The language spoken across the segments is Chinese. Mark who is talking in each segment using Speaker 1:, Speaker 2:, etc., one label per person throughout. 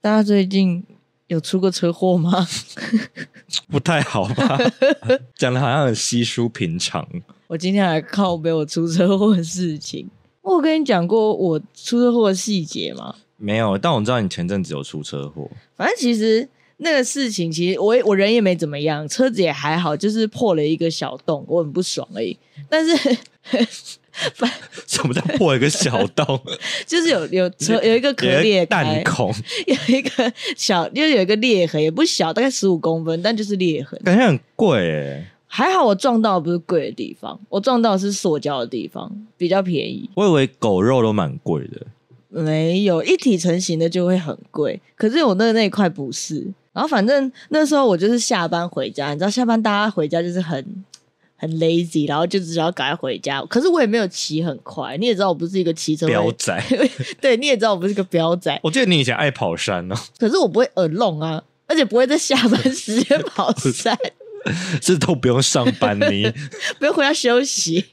Speaker 1: 大家最近有出过车祸吗？
Speaker 2: 不太好吧？讲的好像很稀疏平常。
Speaker 1: 我今天来靠背我出车祸的事情。我有跟你讲过我出车祸的细节吗？
Speaker 2: 没有，但我知道你前阵子有出车祸，
Speaker 1: 反正其实那个事情，其实我也我人也没怎么样，车子也还好，就是破了一个小洞，我很不爽而已。但是
Speaker 2: 什么叫破一个小 洞，
Speaker 1: 就是有有车有一个壳裂
Speaker 2: 弹
Speaker 1: 开，
Speaker 2: 孔，
Speaker 1: 有一个小就是有一个裂痕，也不小，大概十五公分，但就是裂痕。
Speaker 2: 感觉很贵欸诶。
Speaker 1: 还好我撞到的不是贵的地方，我撞到的是塑胶的地方，比较便宜。
Speaker 2: 我以为狗肉都蛮贵的，
Speaker 1: 没有一体成型的就会很贵，可是我那那一块不是。然后反正那时候我就是下班回家，你知道下班大家回家就是很很 lazy，然后就只想要赶快回家。可是我也没有骑很快，你也知道我不是一个骑车会
Speaker 2: 彪仔。
Speaker 1: 对，你也知道我不是个彪仔，
Speaker 2: 我记得你以前爱跑山哦，
Speaker 1: 可是我不会耳聋啊，而且不会在下班时间跑山。
Speaker 2: 这都不用上班你。
Speaker 1: 不用回家休息。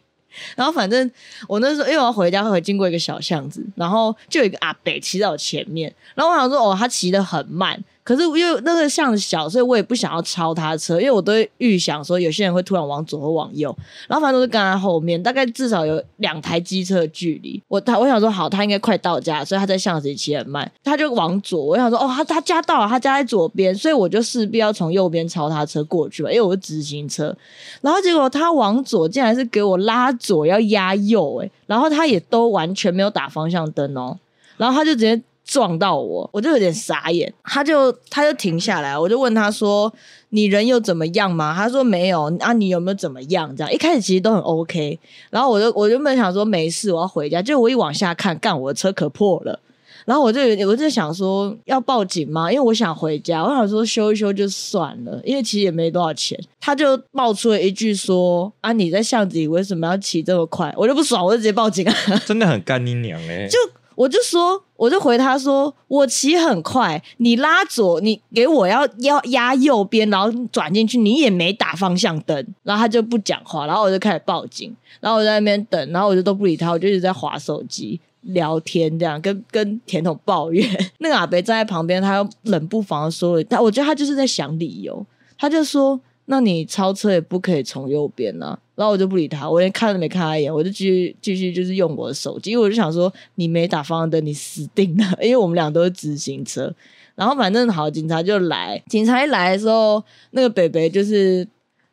Speaker 1: 然后反正我那时候因为我要回家会经过一个小巷子，然后就有一个阿北骑在我前面，然后我想说哦，他骑得很慢，可是因为那个巷子小，所以我也不想要超他的车，因为我都会预想说有些人会突然往左或往右，然后反正我就跟他后面，大概至少有两台机车的距离。我他我想说好，他应该快到家了，所以他在巷子里骑很慢，他就往左。我想说哦，他他家到了，他家在左边，所以我就势必要从右边超他车过去嘛，因为我是直行车。然后结果他往左竟然是给我拉左要压右、欸，然后他也都完全没有打方向灯哦，然后他就直接撞到我，我就有点傻眼，他就他就停下来，我就问他说：“你人有怎么样吗？”他说：“没有啊，你有没有怎么样？”这样一开始其实都很 OK，然后我就我原本想说没事，我要回家，结果我一往下看，干我的车可破了。然后我就有点，我就想说要报警吗？因为我想回家，我想说修一修就算了，因为其实也没多少钱。他就冒出了一句说：“啊，你在巷子里为什么要骑这么快？”我就不爽，我就直接报警啊！
Speaker 2: 真的很干你娘哎、
Speaker 1: 就我就说，我就回他说：“我骑很快，你拉左，你给我要要压右边，然后转进去，你也没打方向灯。”然后他就不讲话，然后我就开始报警，然后我在那边等，然后我就都不理他，我就一直在划手机。聊天这样跟跟甜筒抱怨， 那个阿北站在旁边，他又冷不防地说了，他我觉得他就是在想理由，他就说：“那你超车也不可以从右边啊。”然后我就不理他，我连看都没看他一眼，我就继续继续就是用我的手机，因为我就想说你没打方向灯，你死定了， 因为我们俩都是直行车。然后反正好，警察就来，警察一来的时候，那个北北就是。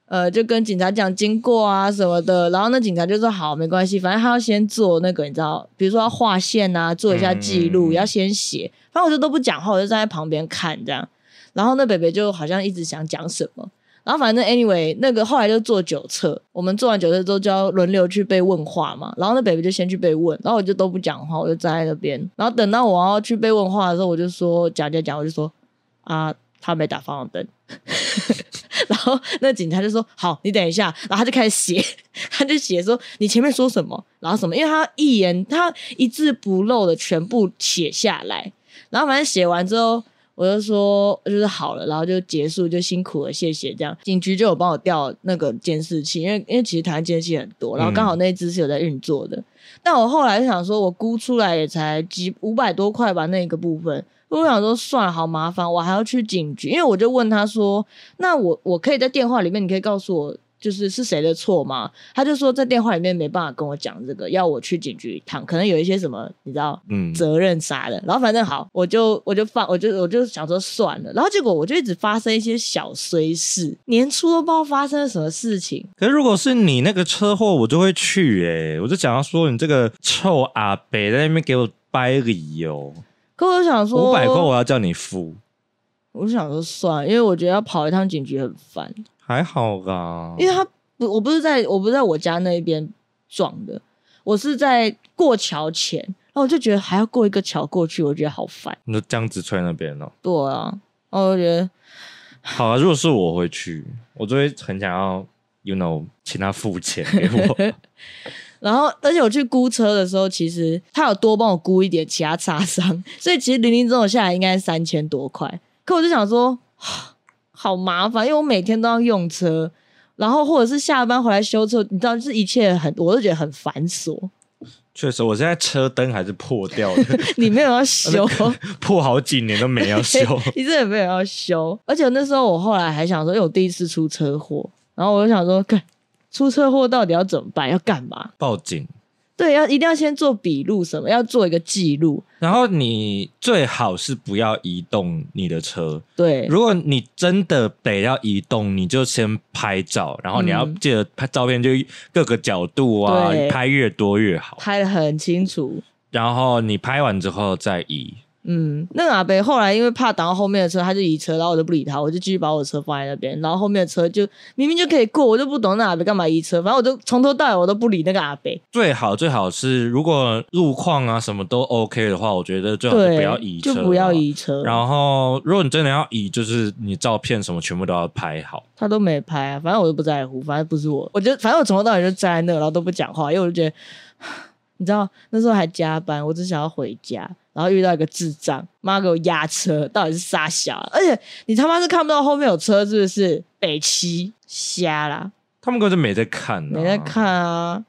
Speaker 1: 呃，就跟警察讲经过啊什么的，然后那警察就说好，没关系，反正他要先做那个，你知道，比如说要划线啊，做一下记录，
Speaker 2: 嗯
Speaker 1: 要先写。反正我就都不讲话，我就站在旁边看这样。然后那北北就好像一直想讲什么，然后反正 anyway，那个后来就做酒测，我们做完酒测之后就要轮流去被问话嘛。然后那 baby 就先去被问，然后我就都不讲话，我就站在那边。然后等到我要去被问话的时候，我就说讲讲讲，我就说啊，他没打方向灯。然后那警察就说：“好，你等一下。”然后他就开始写，他就写说：“你前面说什么，然后什么？”因为他一言他一字不漏的全部写下来。然后反正写完之后，我就说就是好了，然后就结束，就辛苦了，谢谢这样。警局就有帮我调那个监视器，因为因为其实台湾监视器很多，然后刚好那一只是有在运作的。但我后来就想说，我估出来也才几五百多块吧，那个部分。我想说算了，好麻烦，我还要去警局，因为我就问他说，那我我可以在电话里面，你可以告诉我。就是是谁的错吗？他就说在电话里面没办法跟我讲这个，要我去警局一趟，可能有一些什么你知道
Speaker 2: 嗯，
Speaker 1: 责任啥的。然后反正好，我就我就放，我就我就想说算了。然后结果我就一直发生一些小衰事，年初都不知道发生了什么事情。
Speaker 2: 可是如果是你那个车祸，我就会去哎、我就讲到说你这个臭阿北在那边给我掰理由，
Speaker 1: 可我就想说，
Speaker 2: 五百块我要叫你付，
Speaker 1: 我就想说算了，因为我觉得要跑一趟警局很烦，
Speaker 2: 还好啦。
Speaker 1: 因为他不，我不是在我不是在我家那一边撞的，我是在过桥前，然后我就觉得还要过一个桥过去，我觉得好烦。
Speaker 2: 你就这样子吹那边哦。
Speaker 1: 对啊，然后我就觉得
Speaker 2: 好啊，如果是我会去，我就会很想要，you know，请他付钱给我。
Speaker 1: 然后，而且我去估车的时候，其实他有多帮我估一点其他擦伤，所以其实零零总总下来应该三千多块。可我就想说， 好麻烦，因为我每天都要用车，然后或者是下班回来修车，你知道，就是一切很，我就觉得很繁琐。
Speaker 2: 确实，我现在车灯还是破掉的，
Speaker 1: 你没有要 修，
Speaker 2: 破好几年都没要修。
Speaker 1: 你真的没有要修。而且那时候我后来还想说，因为我第一次出车祸，然后我就想说，干出车祸到底要怎么办，要干嘛？
Speaker 2: 报警，
Speaker 1: 对，要一定要先做笔录，什么要做一个记录。
Speaker 2: 然后你最好是不要移动你的车。
Speaker 1: 对，
Speaker 2: 如果你真的得要移动，你就先拍照，然后你要
Speaker 1: 嗯
Speaker 2: 记得拍照片，就各个角度啊，
Speaker 1: 对
Speaker 2: 拍越多越好。
Speaker 1: 拍的很清楚。
Speaker 2: 然后你拍完之后再移，
Speaker 1: 嗯，那个阿伯后来因为怕挡到后面的车，他就移车，然后我就不理他，我就继续把我的车放在那边，然后后面的车就明明就可以过，我就不懂那阿伯干嘛移车，反正我就从头到尾我都不理那个阿伯。
Speaker 2: 最好最好是如果路况啊什么都 OK 的话，我觉得最好是
Speaker 1: 对，啊
Speaker 2: 不要移车，啊
Speaker 1: 就不要。移车，
Speaker 2: 然后，如果你真的要移，就是你照片什么全部都要拍好。
Speaker 1: 他都没拍啊，反正我就不在乎，反正不是我，我就反正我从头到尾就站在那，然后都不讲话，因为我就觉得， 你知道那时候还加班，我只想要回家，然后遇到一个智障，妈给我压车，到底是傻小啊，而且你他妈是看不到后面有车是不是？北七瞎啦，
Speaker 2: 他们根本就没在看、啊，
Speaker 1: 没在看啊。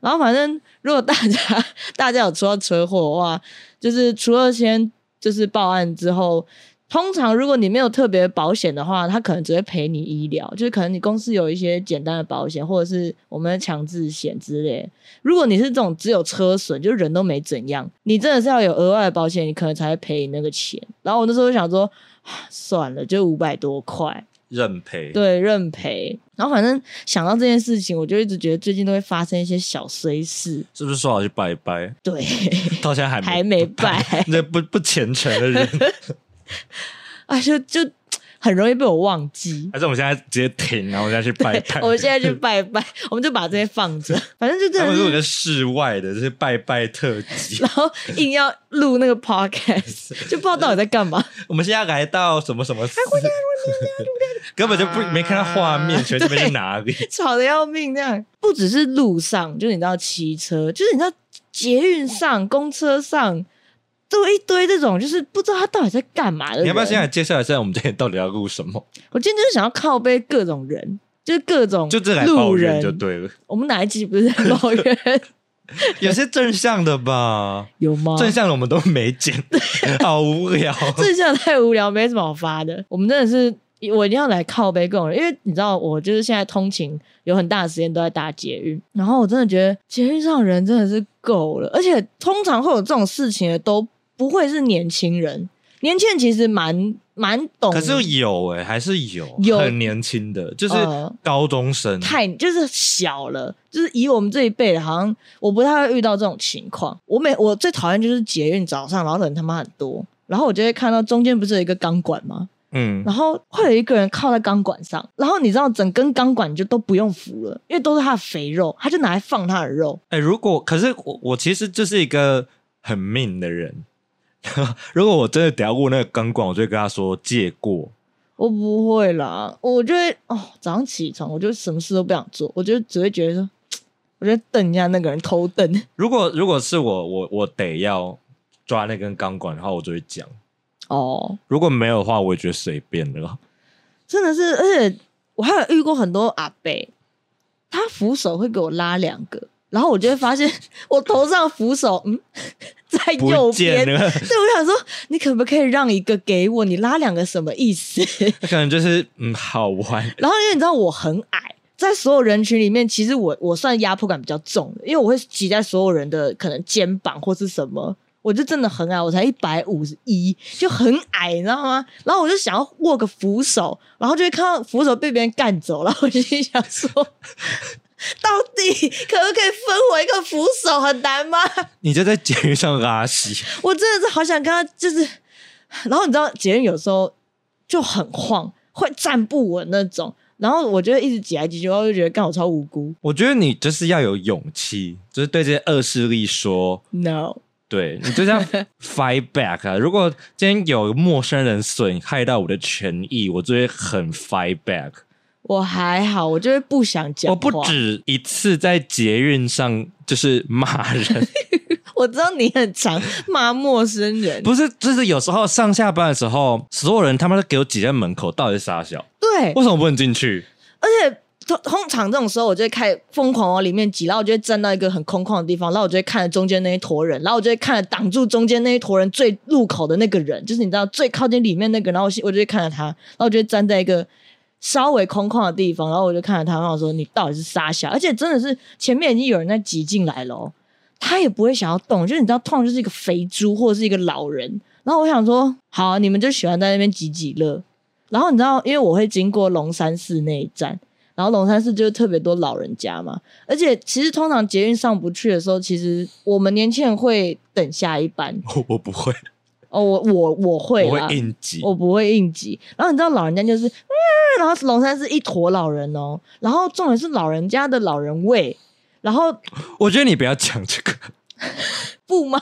Speaker 1: 然后反正如果大家大家有出到车祸的话，就是除了先就是报案之后，通常如果你没有特别保险的话，他可能只会赔你医疗，就是可能你公司有一些简单的保险，或者是我们的强制险之类。如果你是这种只有车损，就人都没怎样，你真的是要有额外的保险，你可能才会赔你那个钱。然后我那时候就想说，啊算了，就五百多块。
Speaker 2: 认赔。，
Speaker 1: 对，认赔。然后反正想到这件事情，我就一直觉得最近都会发生一些小衰事，
Speaker 2: 是不是说好去拜拜？
Speaker 1: 对，
Speaker 2: 到现在还没
Speaker 1: 还没拜，
Speaker 2: 那不不虔诚的人，
Speaker 1: 啊，就就很容易被我忘记。。
Speaker 2: 还是我们现在直接停，然后我们现在去拜拜
Speaker 1: 我们现在去拜拜，我们就把这些放着，反正就真的
Speaker 2: 他们是有
Speaker 1: 是，
Speaker 2: 个室外的，就是拜拜特辑
Speaker 1: 然。后硬要录那个 podcast，就不知道到底在干嘛。
Speaker 2: 我们现在来到什么
Speaker 1: 哎
Speaker 2: 什么寺， 根本就不没看到画 面，
Speaker 1: 啊
Speaker 2: 全这边是哪里？
Speaker 1: 吵得要命，这样不只是路上，就是你知道骑车，就是你知道捷运上、公车上，都一堆这种，就是不知道他到底在干嘛的人。
Speaker 2: 你要不要先来介绍一下我们今天到底要录 什么？
Speaker 1: 我今天就是想要靠背各种人，就是各种
Speaker 2: 就这来
Speaker 1: 路
Speaker 2: 抱
Speaker 1: 人
Speaker 2: 怨就。对了，
Speaker 1: 我们哪一集不是在抱怨
Speaker 2: 有些正向的吧，
Speaker 1: 有吗？
Speaker 2: 正向的我们都没剪， 好无聊。
Speaker 1: 啊这下太无聊，没什么好发的。我们真的是，我一定要来靠背各种人，因为你知道，我就是现在通勤有很大的时间都在搭捷运，然后我真的觉得捷运上人真的是够了，而且通常会有这种事情的都不会是年轻人，年轻人其实蛮蛮懂，
Speaker 2: 可是有哎、还是有
Speaker 1: 有
Speaker 2: 很年轻的，就是
Speaker 1: 呃
Speaker 2: 高中生，
Speaker 1: 太就是小了，就是以我们这一辈的，好像我不太会遇到这种情况。我每我最讨厌就是捷运早上，然后人他妈很多，然后我就会看到中间不是有一个钢管吗？
Speaker 2: 嗯，
Speaker 1: 然后会有一个人靠在钢管上，然后你知道整根钢管你就都不用扶了，因为都是他的肥肉，他就拿来放他的肉。
Speaker 2: 哎、如果可是我我其实就是一个很命的人， 如果我真的等下握那个钢管，我就会跟他说借过。
Speaker 1: 我不会啦，我就会哦，早上起床我就什么事都不想做，我就只会觉得说，我就瞪一下那个人，偷瞪。
Speaker 2: 如果如果是我，我我得要抓那根钢管的话，我就会讲；
Speaker 1: 哦，
Speaker 2: 如果没有的话，我也觉得随便了。
Speaker 1: 真的是，而且我还有遇过很多阿伯，他扶手会给我拉两个，然后我就会发现 我头上扶手嗯 在右
Speaker 2: 不
Speaker 1: 边，
Speaker 2: 见
Speaker 1: 对
Speaker 2: 了，
Speaker 1: 我想说你可不可以让一个给我，你拉两个什么意思？
Speaker 2: 他可能就是嗯好玩，
Speaker 1: 然后因为你知道我很矮，在所有人群里面，其实我我算压迫感比较重的，因为我会挤在所有人的可能肩膀或是什么。我就真的很矮，我才一百五十一，就很矮，你知道吗？然后我就想要握个扶手，然后就会看 到扶手被别人干走，然后我就心想说，到底可不可以分我一个扶手？很难吗？
Speaker 2: 你就在监狱上拉稀。
Speaker 1: 我真的是好想跟他就是，然后你知道捷运有时候就很晃，会站不稳那种，然后我就会一直挤来挤去，然后就觉得干我超无辜。
Speaker 2: 我觉得你就是要有勇气，就是对这些恶势力说，
Speaker 1: No，
Speaker 2: 对你 就像 fight back 啊！如果今天有陌生人损害到我的权益，我就会很 fight back。
Speaker 1: 我还好，我就会不想讲话。
Speaker 2: 我不止一次在捷运上就是骂 人，
Speaker 1: 我知道你很 常骂陌生人，
Speaker 2: 不是，就是有时候上下班的时候，所有人他妈都给我挤在门口，到底是啥小？
Speaker 1: 对，
Speaker 2: 为什么不能进去？
Speaker 1: 而且通通常这种时候，我就会开始疯狂往里面挤，然后我就会站到一个很空旷的地方，然后我就会看着中间那一坨人，然后我就会看着挡住中间那一坨人最入口的那个人，就是你知道最靠近里面那个，然后我心我就会看着他，然后我就会站在一个稍微空旷的地方，然后我就看着他，然后我说你到底是傻小，而且真的是前面已经有人在挤进来了哦，他也不会想要动，就是你知道，痛就是一个肥猪或者是一个老人，然后我想说，好啊、你们就喜欢在那边挤挤乐。然后你知道，因为我会经过龙山寺那一站，然后龙山寺就是特别多老人家嘛，而且其实通常捷运上不去的时候，其实我们年轻人会等下一班。
Speaker 2: 我我不会，
Speaker 1: 哦，我我我会
Speaker 2: 我
Speaker 1: 啦，
Speaker 2: 会应急。
Speaker 1: 我不会应急。然后你知道老人家就是，嗯，然后龙山寺一坨老人哦，然后重点是老人家的老人味，然后
Speaker 2: 我觉得你不要讲这个，
Speaker 1: 不吗？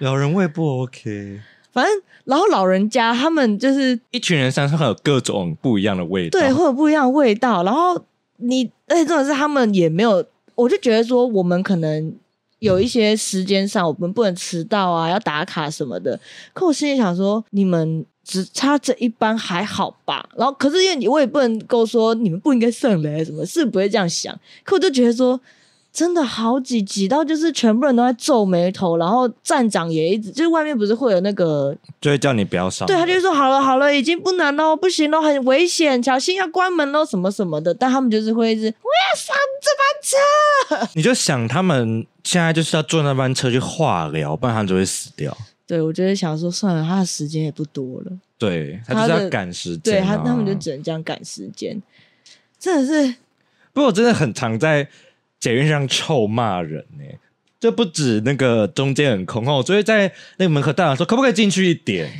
Speaker 2: 老人味不 OK。
Speaker 1: 反正然后老人家他们就是
Speaker 2: 一群人身上有各种不一样的味道，
Speaker 1: 对，会有不一样的味道。然后你，而且重点是他们也没有，我就觉得说我们可能有一些时间上我们不能迟到啊，要打卡什么的。可我心里想说，你们只差这一班还好吧？然后可是因为你我也不能够说你们不应该上来啊什么，是不会这样想。可我就觉得说。真的好挤，挤到就是全部人都在皱眉头，然后站长也一直就是外面不是会有那个
Speaker 2: 就会叫你不要上。
Speaker 1: 对，他就说好了好了，已经不能喽，不行喽，很危险，小心要关门喽，什么什么的。但他们就是会一直，我要上这
Speaker 2: 你就想他们现在就是要坐那班车去化疗，不然他们就会死掉。
Speaker 1: 班车。 对，我就会想说，算了，他的时间也不多了，
Speaker 2: 对他就
Speaker 1: 他
Speaker 2: 是要
Speaker 1: 的
Speaker 2: 赶时间、
Speaker 1: 对
Speaker 2: 啊，
Speaker 1: 他他们就只能这样赶时间，真的是
Speaker 2: 不过我真的很常在捷运上臭骂人呢、这不止那个中间很空旷，哦我就会在那个门口大喊说：“可不可以进去一点？”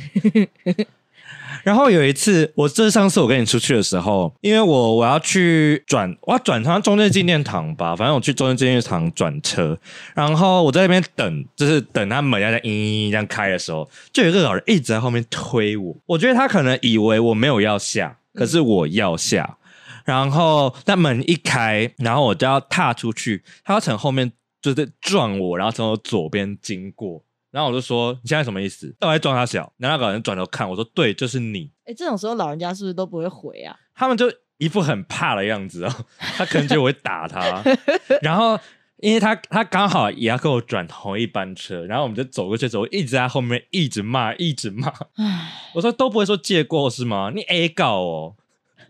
Speaker 2: 然后有一次，我这是上次我跟你出去的时候，因为我我要去转，我要转上中正纪念堂吧，反正我去中正纪念堂转车，然后我在那边等，就是等他门要在嘤嘤嘤这样开的时候，就有一个老人一直在后面推我，我觉得他可能以为我没有要下，可是我要下，然后那门一开，然后我就要踏出去，他要从后面就是撞我，然后从我左边经过，然后我就说你现在什么意思？到底在撞他小？然后那个人转头看我说对，就是你。
Speaker 1: 哎，这种时候老人家是不是都不会回啊？
Speaker 2: 他们就一副很怕的样子哦，他可能觉得我会打他， 然后。因为他他刚好也要跟我转同一班车，然后我们就走过去的时候，我一直在后面一直骂，一直骂。
Speaker 1: 唉，
Speaker 2: 我说都不会说借过是吗？你 A 告哦，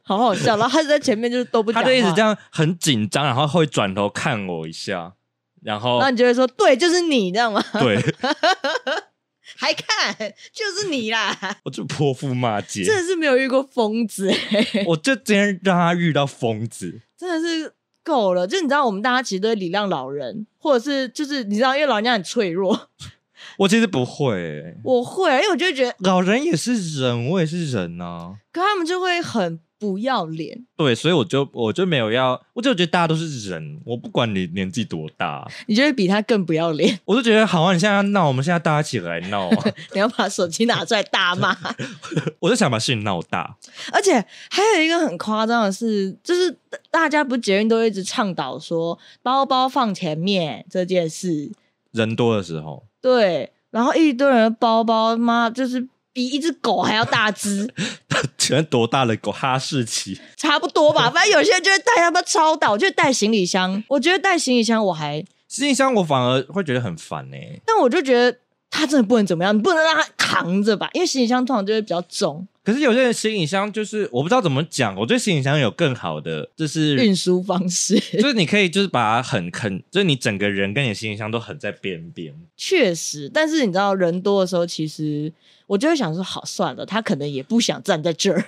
Speaker 1: 好好笑。然后他就在前面就是都不
Speaker 2: 他
Speaker 1: 讲
Speaker 2: 就一直
Speaker 1: 话
Speaker 2: 这，样很紧张，然后会转头看我一下，然后
Speaker 1: 然后你就会说，对，就是你，知道吗？
Speaker 2: 对
Speaker 1: 还看，就是你啦，
Speaker 2: 我就泼妇骂街，
Speaker 1: 真的是没有遇过疯子、欸。
Speaker 2: 我就今天让他遇到疯子，
Speaker 1: 真的是够了。就你知道，我们大家其实都会礼让老人，或者是就是你知道，因为老人家很脆弱，
Speaker 2: 我其实不会、欸
Speaker 1: 我会，因为我就会觉得，
Speaker 2: 老人也是人，我也是人啊，
Speaker 1: 可他们就会很不要脸。
Speaker 2: 对，所以我就我就没有要，我就觉得大家都是人，我不管你年纪多大，
Speaker 1: 你就会比他更不要脸，
Speaker 2: 我就觉得好啊，你现在要闹，我们现在大家一起来闹、啊，
Speaker 1: 你要把手机拿出来大骂。
Speaker 2: 我就想把事情闹大，
Speaker 1: 而且还有一个很夸张的是，就是大家不是捷运都一直倡导说包包放前面这件事，
Speaker 2: 人多的时候，
Speaker 1: 对，然后一堆人的包包妈就是比一只狗还要大只。
Speaker 2: 请问多大的狗哈士奇？
Speaker 1: 差不多吧，反正有些人就会带他们超导，就带行李箱。我觉得带行李箱我还，
Speaker 2: 行李箱我反而会觉得很烦欸呢、
Speaker 1: 但我就觉得他真的不能怎么样，你不能让他扛着吧，因为行李箱通常就会比较重，
Speaker 2: 可是有些人行李箱就是我不知道怎么讲，我对行李箱有更好的，就是
Speaker 1: 运输方 式
Speaker 2: 就是你可以就是把它很很，就是你整个人跟你的行李箱都很在边边。
Speaker 1: 确实。但是你知道人多的时候，其实我就会想说，好算了，他可能也不想站在这儿。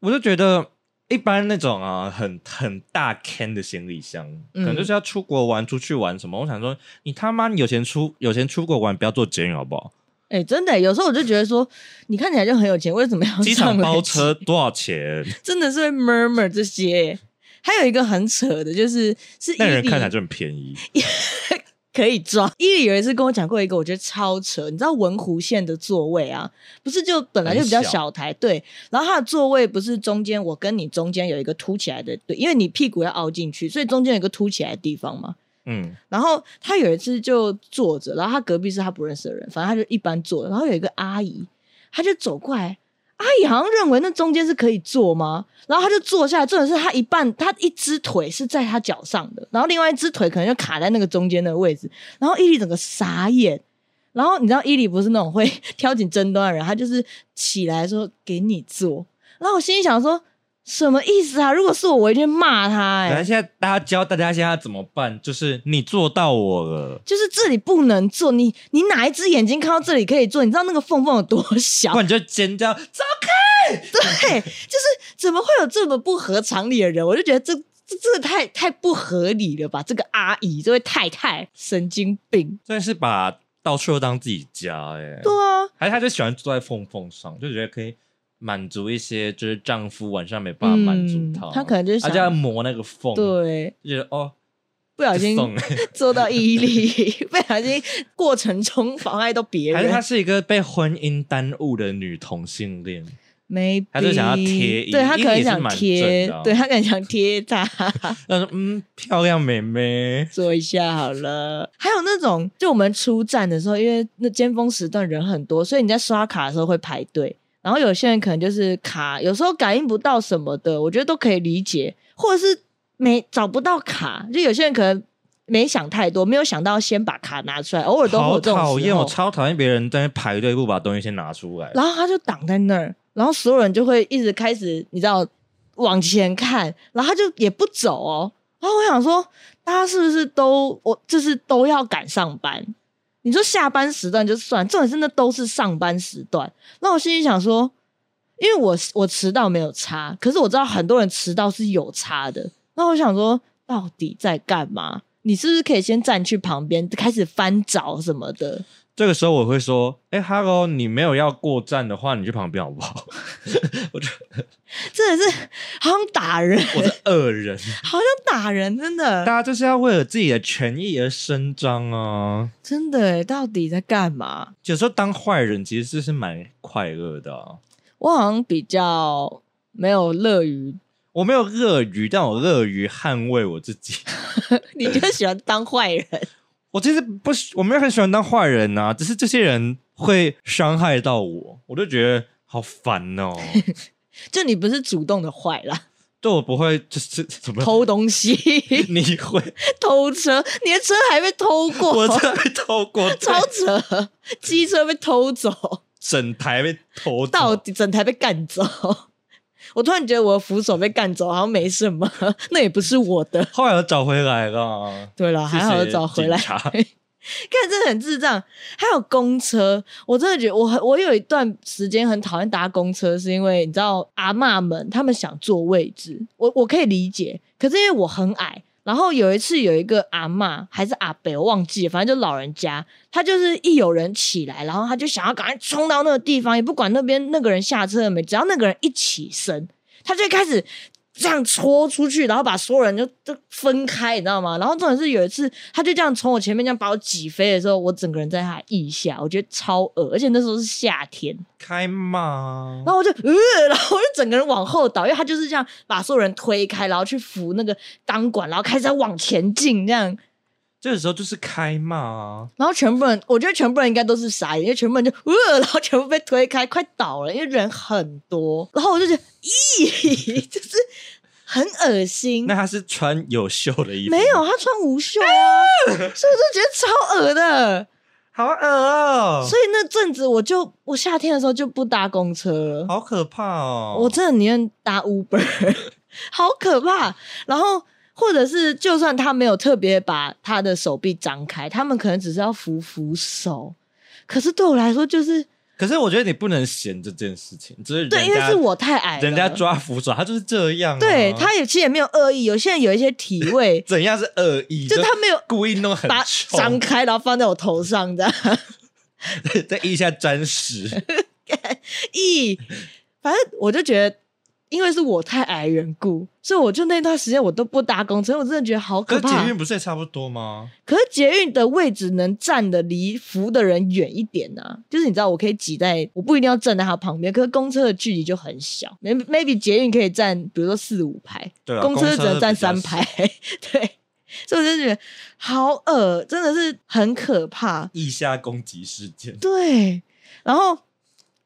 Speaker 2: 我就觉得一般那种啊，很很大 can 的行李箱，可
Speaker 1: 嗯
Speaker 2: 能就是要出国玩、出去玩什么。我想说，你他妈你有钱出有钱出国玩，不要坐捷运好不好？
Speaker 1: 哎、真的、有时候我就觉得说，你看起来就很有钱，为什么 要
Speaker 2: 机场
Speaker 1: 上来
Speaker 2: 包车多 少钱？
Speaker 1: 真的是会 murmur 这些欸、还有一个很扯的，就是是
Speaker 2: 那人
Speaker 1: 伊利
Speaker 2: 看起来就很便宜。
Speaker 1: 可以装。伊里有一次跟我讲过一个，我觉得超扯。你知道文湖线的座位啊，不是就本来就比较
Speaker 2: 很小
Speaker 1: 小台，对。然后它的座位不是中间，我跟你中间有一个凸起来的，对，因为你屁股要凹进去，所以中间有一个凸起来的地方嘛。
Speaker 2: 嗯，
Speaker 1: 然后他有一次就坐着，然后他隔壁是他不认识的人，反正他就一般坐着。然后有一个阿姨，她就走过来，阿姨好像认为那中间是可以坐吗？然后他就坐下来，重点是他一半，他一只腿是在他脚上的，然后另外一只腿可能就卡在那个中间的位置，然后伊利整个傻眼。然后你知道伊利不是那种会 挑起争端的人，他就是起来说给你坐。然后我心里想说，什么意思啊？如果是我，我一定骂他、欸。
Speaker 2: 然后现在大家教大家现在怎么办，就是你做到我了，
Speaker 1: 就是这里不能坐，你你哪一只眼睛看到这里可以坐？你知道那个缝缝有多小
Speaker 2: 不？然你就尖叫，走开！
Speaker 1: 对，就是怎么会有这么不合常理的人？我就觉得这这这太太不合理了吧！这个阿姨，这位太太，神经病。
Speaker 2: 真的是把到处都当自己家哎、
Speaker 1: 对啊，
Speaker 2: 还是他就喜欢坐在缝缝上，就觉得可以满足一些，就是丈夫晚上没办法满
Speaker 1: 嗯
Speaker 2: 足他，
Speaker 1: 他可能就是
Speaker 2: 他
Speaker 1: 想
Speaker 2: 就要磨那个缝，，
Speaker 1: 对，
Speaker 2: 就觉得哦，
Speaker 1: 不小
Speaker 2: 就
Speaker 1: 心
Speaker 2: 送了
Speaker 1: 做到毅力，不小心过程中妨碍到别
Speaker 2: 还是她
Speaker 1: 人，
Speaker 2: 是一个被婚姻耽误的女同性恋，
Speaker 1: 没，
Speaker 2: 他就想要贴
Speaker 1: 对他可能
Speaker 2: 也是
Speaker 1: 想
Speaker 2: 蛮
Speaker 1: 贴
Speaker 2: 正的啊，
Speaker 1: 对他可能想贴他。
Speaker 2: 但是嗯，漂亮妹妹，
Speaker 1: 做一下好了。还有那种，就我们出站的时候，因为那尖峰时段人很多，所以你在刷卡的时候会排队。然后有些人可能就是卡，有时候感应不到什么的，我觉得都可以理解，或者是没找不到卡，就有些人可能没想太多，没有想到先把卡拿出来，偶尔都会有
Speaker 2: 好
Speaker 1: 这种
Speaker 2: 讨
Speaker 1: 时
Speaker 2: 厌，我
Speaker 1: 候。
Speaker 2: 超讨厌别人在那排队不把东西先拿出来。
Speaker 1: 然后他就挡在那儿，然后所有人就会一直开始，你知道往前看，然后他就也不走哦。然后我想说，大家是不是都我就是都要赶上班？你说下班时段就算，重点是那都是上班时段。那我心里想说，因为我我迟到没有差，可是我知道很多人迟到是有差的。那我想说，到底在干嘛？你是不是可以先站去旁边开始翻找什么的？
Speaker 2: 这个时候我会说：“哎、哈喽，你没有要过站的话，你去旁边好不好？”我就
Speaker 1: 真的是 好像打人，
Speaker 2: 我是恶人，
Speaker 1: 好像打人，真
Speaker 2: 大
Speaker 1: 的，
Speaker 2: 家就是要为了自己的权益而伸张啊。
Speaker 1: 真的耶，到底在干嘛？
Speaker 2: 有时候当坏人其实是蛮快乐的啊、
Speaker 1: 我好像比较没有乐于，
Speaker 2: 我没有乐于，但我乐于捍卫我自己。
Speaker 1: 你就喜欢当坏人，
Speaker 2: 我其实不喜，我没有很喜欢当坏人啊，只是这些人会伤害到我，我就觉得好 烦哦。
Speaker 1: 就你不是主动的坏啦，
Speaker 2: 对我不会，就是怎么
Speaker 1: 偷东西、
Speaker 2: 你会，
Speaker 1: 偷车，你的车还被 偷
Speaker 2: 我
Speaker 1: 过，
Speaker 2: 真的被偷过，
Speaker 1: 超扯，机车被偷走，
Speaker 2: 整台被偷走
Speaker 1: 到底整台被干走。我突然觉得我的扶手被干走好像没什么，那也不是我的。
Speaker 2: 后来又找回来了，
Speaker 1: 对了，还好
Speaker 2: 谢
Speaker 1: 有
Speaker 2: 谢
Speaker 1: 找回来
Speaker 2: 警。察
Speaker 1: 看，真的很智障。还有公车，我真的觉得我很我有一段时间很讨厌搭公车，是因为你知道阿嬷们他们想坐位置，我我可以理解。可是因为我很矮，然后有一次有一个阿嬷还是阿伯，我忘记了，反正就老人家，他就是一有人起来，然后他就想要赶快冲到那个地方，也不管那边那个人下车了没，只要那个人一起身，他就会开始这样戳出去，然后把所有人就就分开，你知道吗？然后重点是有一次，他就这样从我前面这样把我挤飞的时候，我整个人在他腋下，我觉得超恶，而且那时候是夏天，
Speaker 2: 开骂啊
Speaker 1: 然，后我就呃，然后我就整个人往后倒，因为他就是这样把所有人推开，然后去扶那个钢管，然后开始在往前进这样。
Speaker 2: 这个时候就是开骂啊，
Speaker 1: 然后全部人，我觉得全部人应该都是傻眼，因为全部人就呃，然后全部被推开，快倒了，因为人很多。然后我就觉得，咦， 就是很恶心。
Speaker 2: 那他是穿有袖的衣服，
Speaker 1: 没有，，他穿无袖啊， 所以我就觉得超恶的。
Speaker 2: 好恶哦
Speaker 1: 所，以那阵子我就我夏天的时候就不搭公车了，
Speaker 2: 好可怕哦，
Speaker 1: 我真的宁愿搭 Uber，好 可怕。然后或者是就算他没有特别把他的手臂张开，他们可能只是要扶扶手，可是对我来说就是
Speaker 2: 可是我觉得你不能嫌这件事情，就是人家
Speaker 1: 对，因为是我太矮了，
Speaker 2: 人家抓扶手，他就是这样啊，，
Speaker 1: 对他也其实也没有恶意，有些人有一些体味
Speaker 2: 怎样是恶意，
Speaker 1: 就他没有
Speaker 2: 故意弄很
Speaker 1: 把
Speaker 2: 臭，
Speaker 1: 张开然后放在我头上这样。
Speaker 2: 在腋下沾 屎，
Speaker 1: 咦，反正我就觉得，因为是我太矮的缘故，所以我就那段时间我都不搭公车，我真的觉得好可
Speaker 2: 可是
Speaker 1: 怕
Speaker 2: 捷。运不是也差不多吗？
Speaker 1: 可是捷运的位置能站的离扶的人远一点啊，就是你知道，我可以挤在，我不一定要站在他旁边，可是公车的距离就很小，maybe maybe 捷运可以站，比如说四五排，
Speaker 2: 对啊，
Speaker 1: 公车
Speaker 2: 车
Speaker 1: 只能站三
Speaker 2: 比较少
Speaker 1: 排， 对，所以我就觉得好恶，真的是很可怕。
Speaker 2: 腋下攻击事件，
Speaker 1: 对，然后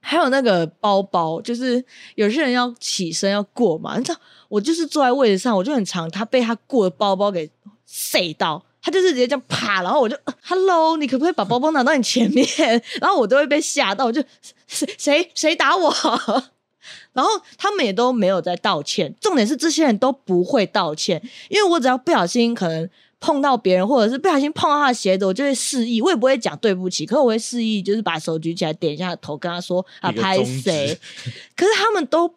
Speaker 1: 还有那个包包，就是有些人要起身要过嘛，你知道，我就是坐在位置上，我就很常他被他过的包包给塞到，他就是直接这样啪，然后我就呃 “hello”，你可不可以把包包拿到你前面？ 然后我都会被吓到，我就谁谁谁打我？ 然后他们也都没有在道歉，重点是这些人都不会道歉，因为我只要不小心可能碰到别人，或者是不小心碰到他的鞋子，我就会示意，我也不会讲对不起，可是我会示意，就是把手举起来点一下头，跟他说 啊
Speaker 2: 一个
Speaker 1: 拍
Speaker 2: 中指
Speaker 1: 谁，可是他们都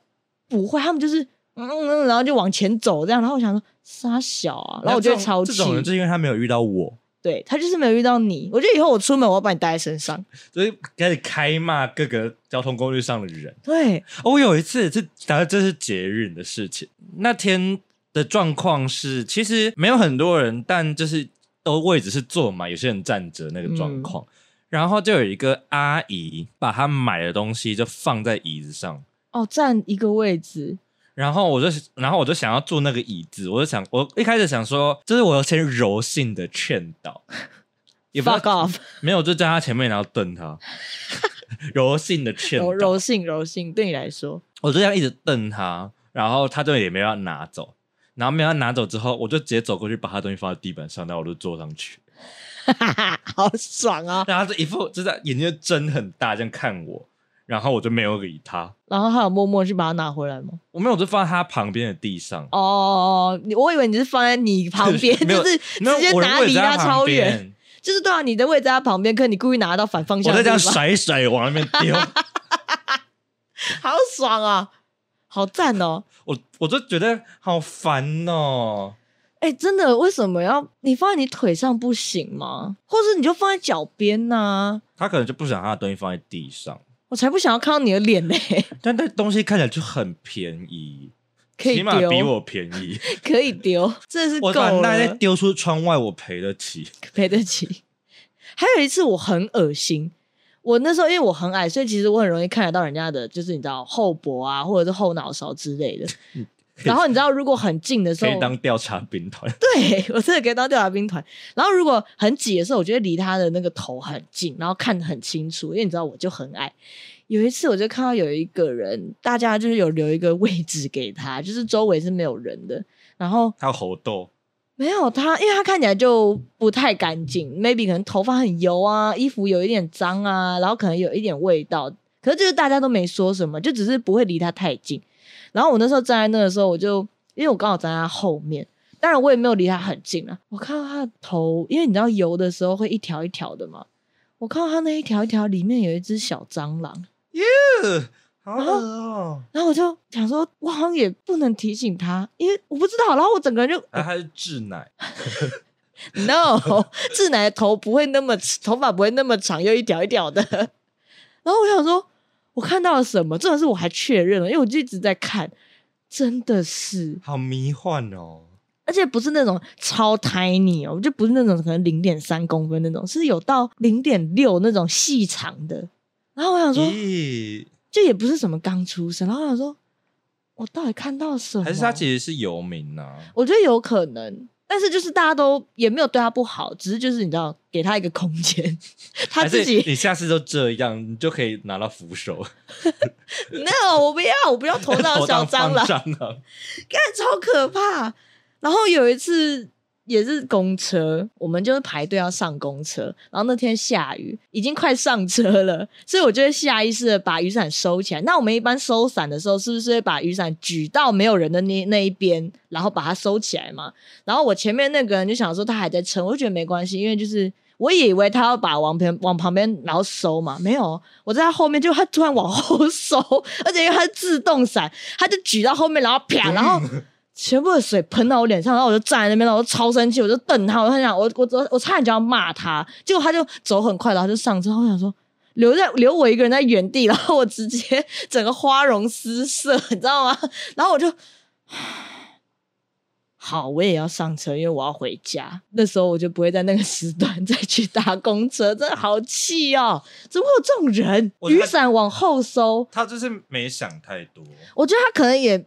Speaker 1: 不会，他们就是嗯嗯，嗯，然后就往前走这样，然后我想说傻小啊，然后我就会超
Speaker 2: 这
Speaker 1: 气，
Speaker 2: 种人就是因为他没有遇到我，
Speaker 1: 对他就是没有遇到你，我觉得以后我出门我要把你带在身上，
Speaker 2: 所以开始开骂各个交通工具上的人。
Speaker 1: 对，
Speaker 2: 哦，我有一次是，然后这是节日的事情，那天的状况是，其实没有很多人，但就是都位置是坐嘛，有些人站着那个状况。然后就有一个阿姨把她买的东西就放在椅子上，
Speaker 1: 哦，占一个位置，
Speaker 2: 然后我就，然后我就想要坐那个椅子，我就想，我一开始想说，就是我要先柔性的劝导，也不知
Speaker 1: fuck
Speaker 2: 道
Speaker 1: off，
Speaker 2: 没有，就在他前面，然后瞪他，柔性的劝导，
Speaker 1: 柔哦柔性柔性，对你来说，
Speaker 2: 我就这样一直瞪他，然后他就也没有要拿走，然后没有要拿走之后，我就直接走过去把他东西放在地板上，然后我就坐上去，
Speaker 1: 哈哈哈，好爽啊！
Speaker 2: 然后他就一副就是眼睛就睁很大这样看我，然后我就没有理他，
Speaker 1: 然后他有默默去把它拿回来吗？
Speaker 2: 我没有，我就放在他旁边的地上。
Speaker 1: 哦哦，哦你我以为你是放在你旁边，
Speaker 2: 没有
Speaker 1: 就是
Speaker 2: 没有
Speaker 1: 直接
Speaker 2: 我的
Speaker 1: 拿
Speaker 2: 位
Speaker 1: 离
Speaker 2: 置在
Speaker 1: 他
Speaker 2: 旁
Speaker 1: 超远，
Speaker 2: 边，
Speaker 1: 就是对啊，你的位置在他旁边，可是你故意拿到反方
Speaker 2: 我
Speaker 1: 向
Speaker 2: 在
Speaker 1: 的
Speaker 2: 这
Speaker 1: 地方，
Speaker 2: 样甩一甩往那边丢，
Speaker 1: 好爽啊，好赞哦！
Speaker 2: 我我就觉得好烦哦。
Speaker 1: 哎、真的，为什么要你放在你腿上不行吗？或是你就放在脚边呐？
Speaker 2: 他可能就不想他的东西放在地上，
Speaker 1: 我才不想要看到你的脸嘞、
Speaker 2: 但那东西看起来就很便宜，
Speaker 1: 可以
Speaker 2: 起码比
Speaker 1: 丢，
Speaker 2: 我便宜。
Speaker 1: 可以丢，真 的是
Speaker 2: 我把
Speaker 1: 够
Speaker 2: 那些
Speaker 1: 了，
Speaker 2: 丢出窗外，我赔得起。
Speaker 1: 赔得起。还有一次我很恶心，我那时候因为我很矮，所以其实我很容易看得到人家的，就是你知道后脖啊，或者是后脑勺之类的。然后你知道，如果很近的时
Speaker 2: 嗯可
Speaker 1: 候
Speaker 2: 以，当调查兵 团。
Speaker 1: 对我真的可以当调查兵团。然后如果很挤的时候，我就会离他的那个头很近，然后看得很清楚，因为你知道我就很矮。有一次我就看到有一个人，大家就是有留一个位置给他，就是周围是没有人的，然后
Speaker 2: 还有猴豆，
Speaker 1: 没有他，因为他看起来就不太干净，maybe 可能头发很油啊，衣服有一点脏啊，然后可能有一点味道，可是就是大家都没说什么，就只是不会离他太近。然后我那时候站在那的时候，我就因为我刚好站在他后面，当然我也没有离他很近啊，我看到他的头，因为你知道油的时候会一条一条的嘛，我看到他那一条一条里面有一只小蟑螂。
Speaker 2: 好
Speaker 1: 恶
Speaker 2: 哦。
Speaker 1: 然后我就想说，我好像也不能提醒他，因为我不知道。然后我整个人就
Speaker 2: 啊，它是治奶，
Speaker 1: No，志乃的头不会那么头发不会那么长，又一条一条的。 然后我想说，我看到了什么？重点是我还确认了，因为我就一直在看，真的是，
Speaker 2: 好迷幻哦。
Speaker 1: 而且不是那种超 tiny 哦，就不是那种可能零点三公分那种，是有到零点六那种细长的。然后我想说，
Speaker 2: 咦，
Speaker 1: 就也不是什么刚出生，然后我想说，我到底看到什么？
Speaker 2: 还是它其实是游民啊呐？
Speaker 1: 我觉得有可能，但是就是大家都也没有对他不好，只是就是你知道，给他一个空间， 他
Speaker 2: 还是
Speaker 1: 自己。
Speaker 2: 你下次都这样，你就可以拿到扶手，
Speaker 1: no，我不要，我不要头上有小
Speaker 2: 当
Speaker 1: 蟑螂，
Speaker 2: 放蟑螂。
Speaker 1: 干超可怕。然后有一次也是公车，我们就是排队要上公车，然后那天下雨，已经快上车了，所以我就会下意识的把雨伞收起来。那我们一般收伞的时候，是不是会把雨伞举到没有人的那那一边，然后把它收起来嘛？然后我前面那个人就想说他还在撑，我就觉得没关系，因为就是。我也以为他要把往旁往旁边然后收嘛，没有，我在他后面，就他突然往后 收，而且因为他是自动伞，他就举到后面，然后啪，
Speaker 2: 嗯
Speaker 1: 然后全部的水喷到我脸上，然后我就站在那边，然后我就超生气，我就瞪他，我很想，我我我我差点就要骂他，结果他就走很快，然后就上车，我想说留在留我一个人在原地，然后我直接整个花容失色，你知道吗？ 然后我就。好，我也要上车，因为我要回家。那时候我就不会在那个时段再去搭公车，真的好气哦！怎么会有这种人？
Speaker 2: 我觉
Speaker 1: 雨
Speaker 2: 得
Speaker 1: 伞往后收，
Speaker 2: 他就是没想太多，
Speaker 1: 我觉得他可能也，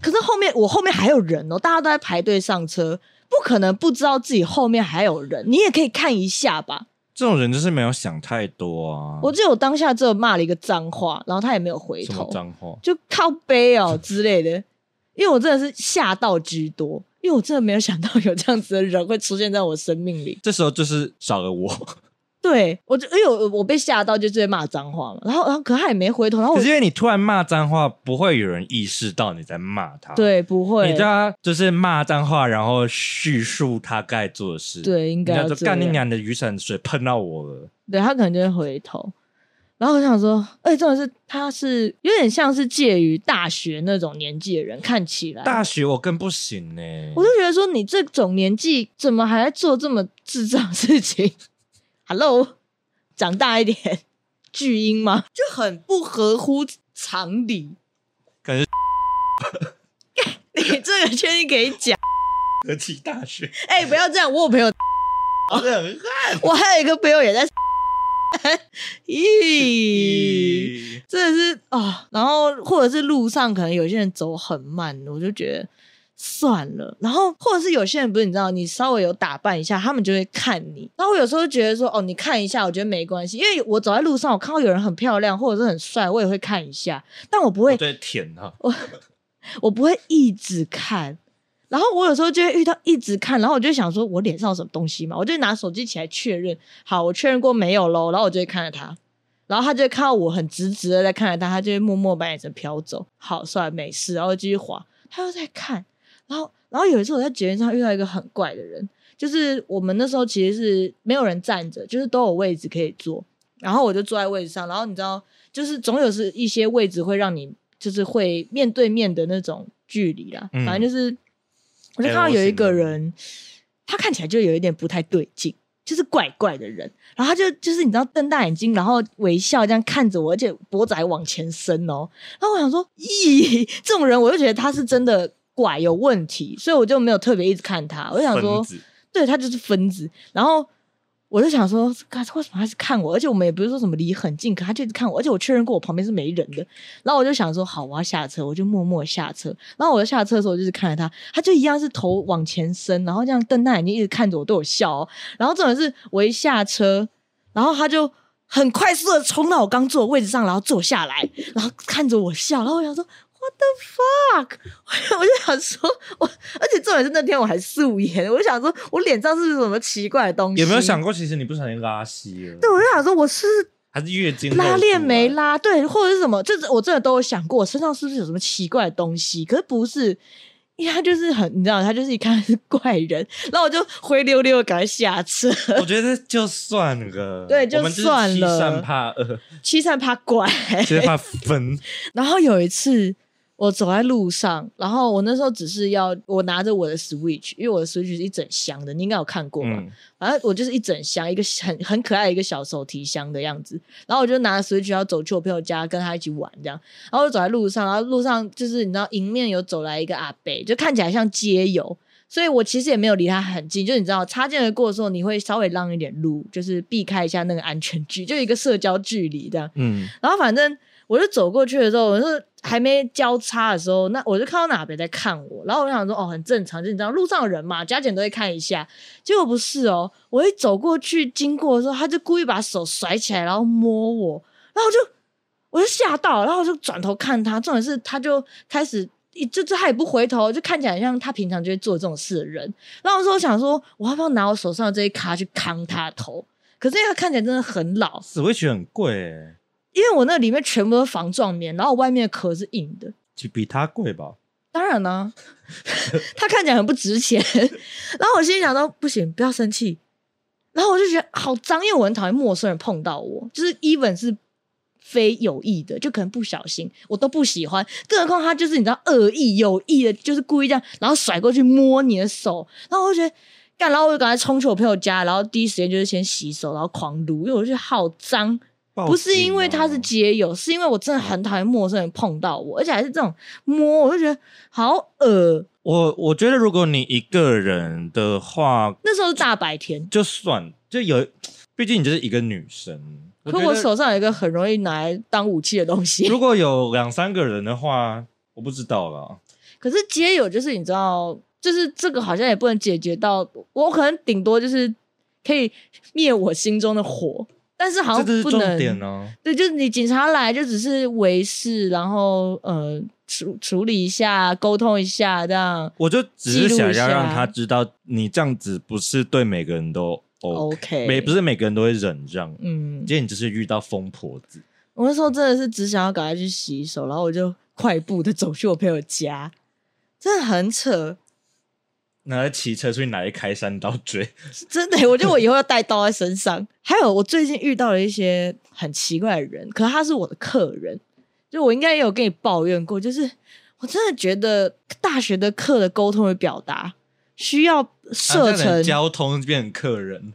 Speaker 1: 可是后面我后面还有人哦，大家都在排队上车，不可能不知道自己后面还有人，你也可以看一下吧。
Speaker 2: 这种人就是没有想太多啊。
Speaker 1: 我只有当下只有骂了一个脏话，然后他也没有回
Speaker 2: 什么
Speaker 1: 头，
Speaker 2: 脏话？
Speaker 1: 就靠背哦之类的。因为我真的是吓到居多，因为我真的没有想到有这样子的人会出现在我生命里。
Speaker 2: 这时候就是少了
Speaker 1: 哦
Speaker 2: 我，
Speaker 1: 对我就因为我我被吓到，就直接骂脏话嘛。然后然后可他也没回头，然后
Speaker 2: 可
Speaker 1: 我
Speaker 2: 是因为你突然骂脏话，不会有人意识到你在骂他。，
Speaker 1: 对不会
Speaker 2: 你，知道，就是骂脏话，然后叙述他该做的事。，
Speaker 1: 对应
Speaker 2: 人
Speaker 1: 该
Speaker 2: 家
Speaker 1: 要
Speaker 2: 说
Speaker 1: 这
Speaker 2: 干你
Speaker 1: 样。
Speaker 2: 娘的雨伞水喷到我了。
Speaker 1: 对他可能就会回头。然后我想说，而且重点是，他是有点像是介于大学那种年纪的人，看起来，
Speaker 2: 大学我更不行呢、
Speaker 1: 我就觉得说，你这种年纪怎么还在做这么智障的事情？Hello，长大一点，巨婴吗？就很不合乎常理。
Speaker 2: 感觉
Speaker 1: 你这个确定可以讲？
Speaker 2: 科技大学，
Speaker 1: 哎、不要这样，我有朋友，哦
Speaker 2: 我很
Speaker 1: 我还有一个朋友也在， 咦。真的是啊、然后或者是路上可能有些人走很慢，我就觉得算了。然后或者是有些人不是你知道，你稍微有打扮一下，他们就会看你。然后我有时候觉得说，哦，你看一下，我觉得没关系，因为我走在路上，我看到有人很漂亮或者是很帅，我也会看一下，但我不会
Speaker 2: 我在舔他，
Speaker 1: 我不会一直看。然后我有时候就会遇到一直看，然后我就想说，我脸上有什么东西嘛？我就拿手机起来确认，好，我确认过没有喽。然后我就会看着他，然后他就会看到我很直直的在看着他，他就会默默把眼神飘走。好，算了，没事，然后继续滑，他又在看。然后，然后有一次我在捷运上遇到一个很怪的人，就是我们那时候其实是没有人站着，就是都有位置可以坐。然后我就坐在位置上，然后你知道，就是总有是一些位置会让你就是会面对面的那种距离啦，
Speaker 2: 嗯
Speaker 1: 反正就是我
Speaker 2: 哎
Speaker 1: 就看到有一个人，他看起来就有一点不太对劲，就是怪怪的人。然后他就就是你知道瞪大眼睛，然后微笑这样看着我，而且脖子还往前伸哦。然后我想说，咦，这种人我就觉得他是真的怪有问题，所以我就没有特别一直看他。我就想说
Speaker 2: 分，子
Speaker 1: 对他就是分子。然后我就想说，干为什么他是看我？而且我们也不是说什么离很近，可他就一直看我。而且我确认过我旁边是没人的。然后我就想说，好，我要下车，我就默默下车。然后我就下车的时候，我就是看着他，他就一样是头往前伸，然后这样瞪大眼睛一直看着我，对我笑、哦。然后重点是我一下车，然后他就。很快速的冲到我刚坐的位置上，然后坐下来，然后看着我笑，然后我想说 What the fuck？我 就想说，我而且重点是那天我还素颜，我就想说我脸上是不是有什么奇怪的东西？
Speaker 2: 有没有想？过，其实你不小心拉稀了？
Speaker 1: 对，我就想说我是
Speaker 2: 还是月经
Speaker 1: 拉链没
Speaker 2: 拉。
Speaker 1: 拉对，或者是什么？这我真的都有想过，我身上是不是有什么奇怪的东西？可是不是，因为他就是很，你知道，他就是一看是怪人，然后我就灰溜溜的赶快下车，
Speaker 2: 我觉得就算了，
Speaker 1: 对就
Speaker 2: 我们是
Speaker 1: 算了
Speaker 2: 欺善怕恶，
Speaker 1: 欺善怕怪。
Speaker 2: 其实怕分。
Speaker 1: 然后有一次我走在路上，然后我那时候只是要我拿着我的 Switch，因为我的 Switch 是一整箱的，你应该有看过吧？
Speaker 2: 嗯，
Speaker 1: 反正我就是一整箱，一个很很可爱的一个小手提箱的样子。然后我就拿着 Switch 要走去我朋友家，跟他一起玩这样。然后我就走在路上，然后路上就是你知道，迎面有走来一个阿伯，就看起来像街友，所以我其实也没有离他很近。就你知道，擦肩而过的时候，你会稍微让一点路，就是避开一下那个安全距，就一个社交距离这样。
Speaker 2: 嗯，
Speaker 1: 然后反正我就走过去的时候，我是还没交叉的时候，那我就看到哪边在看我，然后我就想说哦，很正常，就你知道路上有人嘛，加减都会看一下。结果不是哦，我一走过去经过的时候，他就故意把手甩起来，然后摸我，然后我就我就吓到，然后我就转头看他，重点是他就开始。一就就他也不回头，就看起来很像他平常就会做这种事的人。然后我说，想说我要不要拿我手上的这一卡去扛他头？可是因为他看起来真的很老，
Speaker 2: 死味觉很贵、欸，
Speaker 1: 因为我那里面全部都是防撞棉，然后外面的壳是硬的。
Speaker 2: 就比它贵吧。
Speaker 1: 当然呢、 它看起来很不值钱。 然后我心里想到，不行，不要生气。然后我就觉得好脏，因为我很讨厌陌生人碰到我，就是 even 是非有意的，就可能不小心，我都不喜欢。更何况他就是你知道恶意、有意的，就是故意这样，然后甩过去摸你的手，然后我就觉得。干，然后我就赶快冲去我朋友家，然后第一时间就是先洗手，然后狂撸，因为我觉得好脏，
Speaker 2: 报
Speaker 1: 不是
Speaker 2: 警嗯
Speaker 1: 因为他
Speaker 2: 哦
Speaker 1: 是街友，是因为我真的很讨厌陌生人碰到我，而且还是这种摸，我就觉得好恶。
Speaker 2: 我，我觉得如果你一个人的话，
Speaker 1: 那时候是大白天，
Speaker 2: 就算就有，毕竟你就是一个女生。
Speaker 1: 可
Speaker 2: 觉
Speaker 1: 我
Speaker 2: 得
Speaker 1: 手上有一个很容易拿来当武器的东西。
Speaker 2: 如果有两三个人的话，我不知道啦。
Speaker 1: 可是街友就是你知道，就是这个好像也不能解决到，我可能顶多就是可以灭我心中的火，但是好
Speaker 2: 这
Speaker 1: 像
Speaker 2: 这是
Speaker 1: 不能
Speaker 2: 重点哦、
Speaker 1: 对，就是你警察来就只是维事，然后呃处处理一下，沟通一下这样。
Speaker 2: 我就只是想要让他
Speaker 1: 记录一下
Speaker 2: 知道，你这样子不是对每个人都 OK，,
Speaker 1: OK，
Speaker 2: 每不是每个人都会忍让。
Speaker 1: 嗯，
Speaker 2: 今天你只是遇到疯婆子，
Speaker 1: 我那时候真的是只想要赶快去洗手，然后我就快步的走去我朋友家，真的很扯，
Speaker 2: 然后骑车出去拿一开山刀追。
Speaker 1: 是真的。我觉得我以后要带刀在身上。还有，我最近遇到了一些很奇怪的人，可他是我的客人，就我应该也有跟你抱怨过，就是我真的觉得大学的课的沟通与表达需要设
Speaker 2: 啊这样
Speaker 1: 成
Speaker 2: 的交通变客人，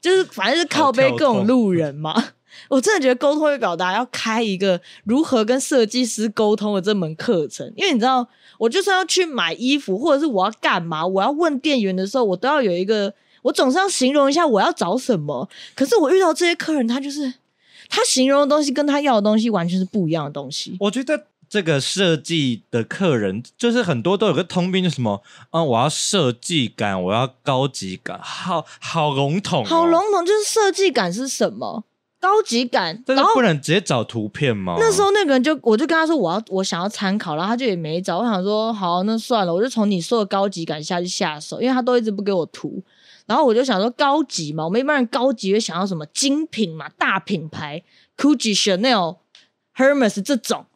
Speaker 1: 就是反正是靠背
Speaker 2: 好跳
Speaker 1: 各
Speaker 2: 痛
Speaker 1: 种路人嘛。 我真的觉得沟通与表达要开一个如何跟设计师沟通的这门课程，因为你知道，我就算要去买衣服，或者是我要干嘛，我要问店员的时候，我都要有一个，我总是要形容一下我要找什么。可是我遇到这些客人，他就是他形容的东西跟他要的东西完全是不一样的东西。
Speaker 2: 我觉得这个设计的客人，就是很多都有个通病，就是什么啊，我要设计感，我要高级感，好好笼统、哦
Speaker 1: 好笼，统，就是设计感是什么，高级感，
Speaker 2: 但是
Speaker 1: 然后
Speaker 2: 不能直接找图片吗？
Speaker 1: 那时候那个人就，我就跟他说我要我想要参考，然后他就也没找。我想说好，那算了，我就从你说的高级感下去下手，因为他都一直不给我图。然后我就想说高级嘛，我们一般人高级会想要什么精品嘛，大品牌，Gucci、Chanel、Hermes 这种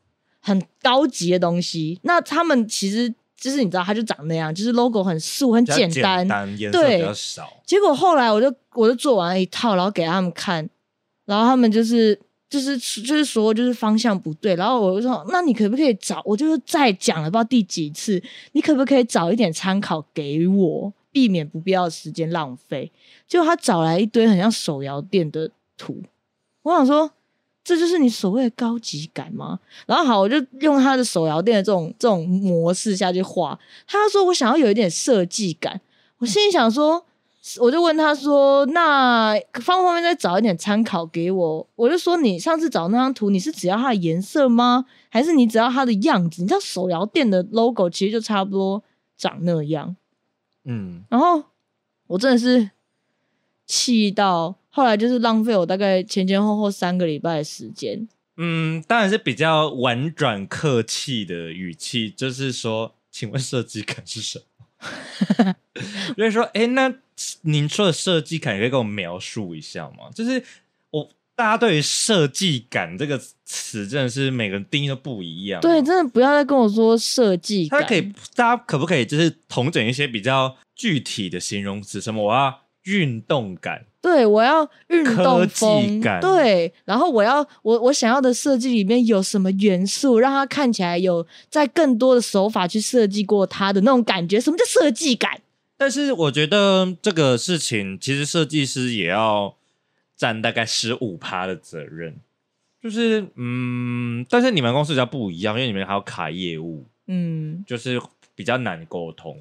Speaker 1: 很高级的东西。那他们其实就是你知道，他就长那样，就是 logo 很素很
Speaker 2: 比较
Speaker 1: 简
Speaker 2: 简
Speaker 1: 单，
Speaker 2: 颜色
Speaker 1: 对
Speaker 2: 比较少。
Speaker 1: 结果后来我就我就做完了一套，然后给他们看，然后他们就是就是就是说就是方向不对，然后我就说那你可不可以找？我就是再讲了不知道第几次，你可不可以找一点参考给我，避免不必要的时间浪费？结果他找来一堆很像手摇店的图，我想说。这就是你所谓的高级感吗？然后好，我就用他的手摇店的这种这种模式下去画。他说我想要有一点设计感，我心里想说，我就问他说：“那方不方便再找一点参考给我？”我就说：“你上次找那张图，你是只要它的颜色吗？还是你只要它的样子？你知道手摇店的 logo 其实就差不多长那样。
Speaker 2: 嗯”，
Speaker 1: 然后我真的是气到后来就是浪费我大概前前后后三个礼拜的时间。
Speaker 2: 嗯，当然是比较婉转客气的语气，就是说，请问设计感是什么？ 就是说，哎、那您说的设计感可以跟我描述一下吗？就是我大家对于设计感这个词，真的是每个人定义都不一样。
Speaker 1: 对，，真的不要再跟我说设计
Speaker 2: 他
Speaker 1: 感，
Speaker 2: 可以，大家可不可以就是统整一些比较具体的形容词？什么？我要运动感，
Speaker 1: 对，我要运
Speaker 2: 科
Speaker 1: 动
Speaker 2: 技
Speaker 1: 风，
Speaker 2: 感
Speaker 1: 对，然后我要我我想要的设计里面有什么元素，让它看起来有在更多的手法去设计过它的那种感觉。什么叫设计感？
Speaker 2: 但是我觉得这个事情，其实设计师也要占大概十五趴的责任。就是嗯，但是你们公司比较不一样，因为你们还要卡业务，
Speaker 1: 嗯，
Speaker 2: 就是比较难沟通。